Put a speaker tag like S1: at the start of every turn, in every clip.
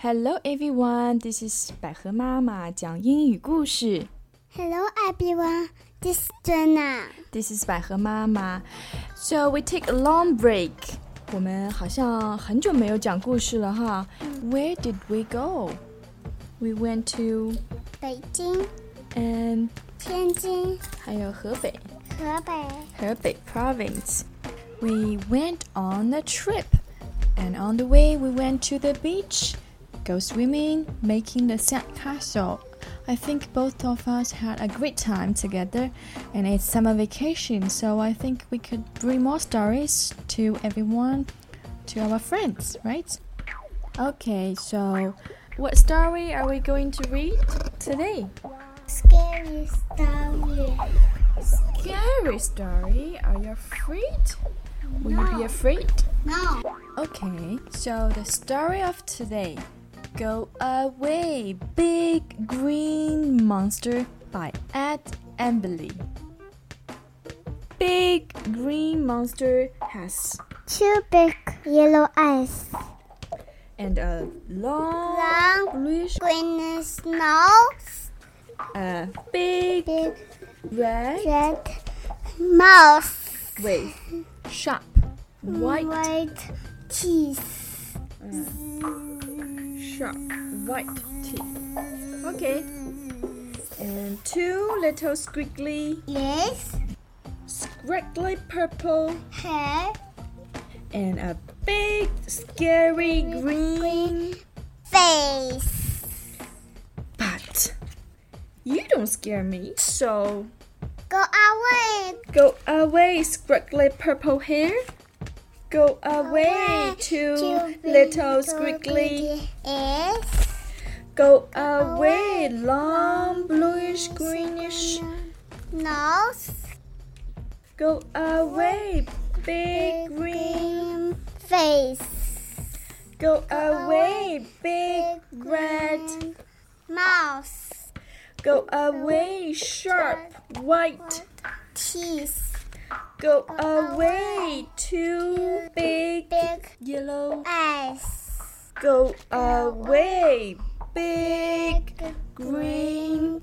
S1: Hello everyone, this is 百合妈妈讲英语故事。
S2: Hello everyone, this is Jenna.
S1: This is 百合妈妈。So we take a long break. 我们好像很久没有讲故事了哈。Where did we go? We went to
S2: 北京、
S1: and
S2: 天津、
S1: 还有河北
S2: 河北、
S1: 河北 province. We went on a trip, and on the way we went to the beach, go swimming, making the sandcastle. I think both of us had a great time together, and it's summer vacation, so I think we could bring more stories to everyone, to our friends, right? Okay, so what story are we going to read today?
S2: Scary story.
S1: Scary story. Are you afraid? Will you be
S2: No.
S1: afraid?
S2: No.
S1: Okay, so the story of today Go Away Big Green Monster by Ed Emberley. Big Green Monster has
S2: Two big yellow eyes.
S1: and a long,
S2: Long
S1: bluish,
S2: Green nose.
S1: a big
S2: Big
S1: red,
S2: red mouth.
S1: wait, sharp, white,
S2: White teeth.
S1: sharp, white teeth. Okay, and two little squiggly,
S2: Yes.
S1: squiggly purple.
S2: Hair.
S1: and a big scary green
S2: Face.
S1: but you don't scare me so
S2: Go away.
S1: go away squiggly purple hair go away two little squiggly
S2: Yes.
S1: go away long bluish greenish
S2: Nose.
S1: go away big green
S2: face.
S1: go away big red
S2: Mouth.
S1: go away sharp white
S2: Teeth.
S1: Go away, two big
S2: Big
S1: yellow.
S2: eyes.
S1: Go away, big green,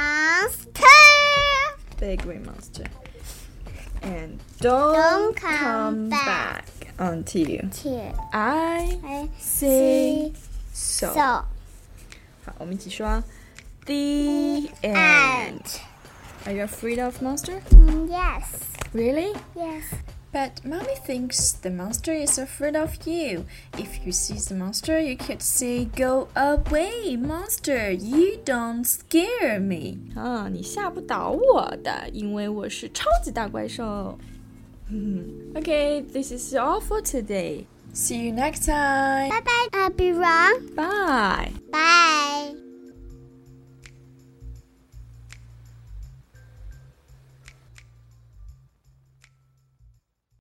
S2: Monster.
S1: big green monster. And don't,
S2: Don't
S1: come,
S2: come
S1: back.
S2: back.
S1: until you.
S2: Here.
S1: I
S2: I
S1: say
S2: see.
S1: so.
S2: So.
S1: 好，我们一起说。The end.
S2: And.
S1: Are you afraid of monster?
S2: Mm, Yes.
S1: Really?
S2: Yes.
S1: But mommy thinks the monster is afraid of you. If you see the monster, you could say, "Go away, monster! You don't scare me." 啊，你吓不倒我的，因为我是超级大怪兽。okay, this is all for today. See you next time.
S2: Bye bye, everyone.
S1: Bye.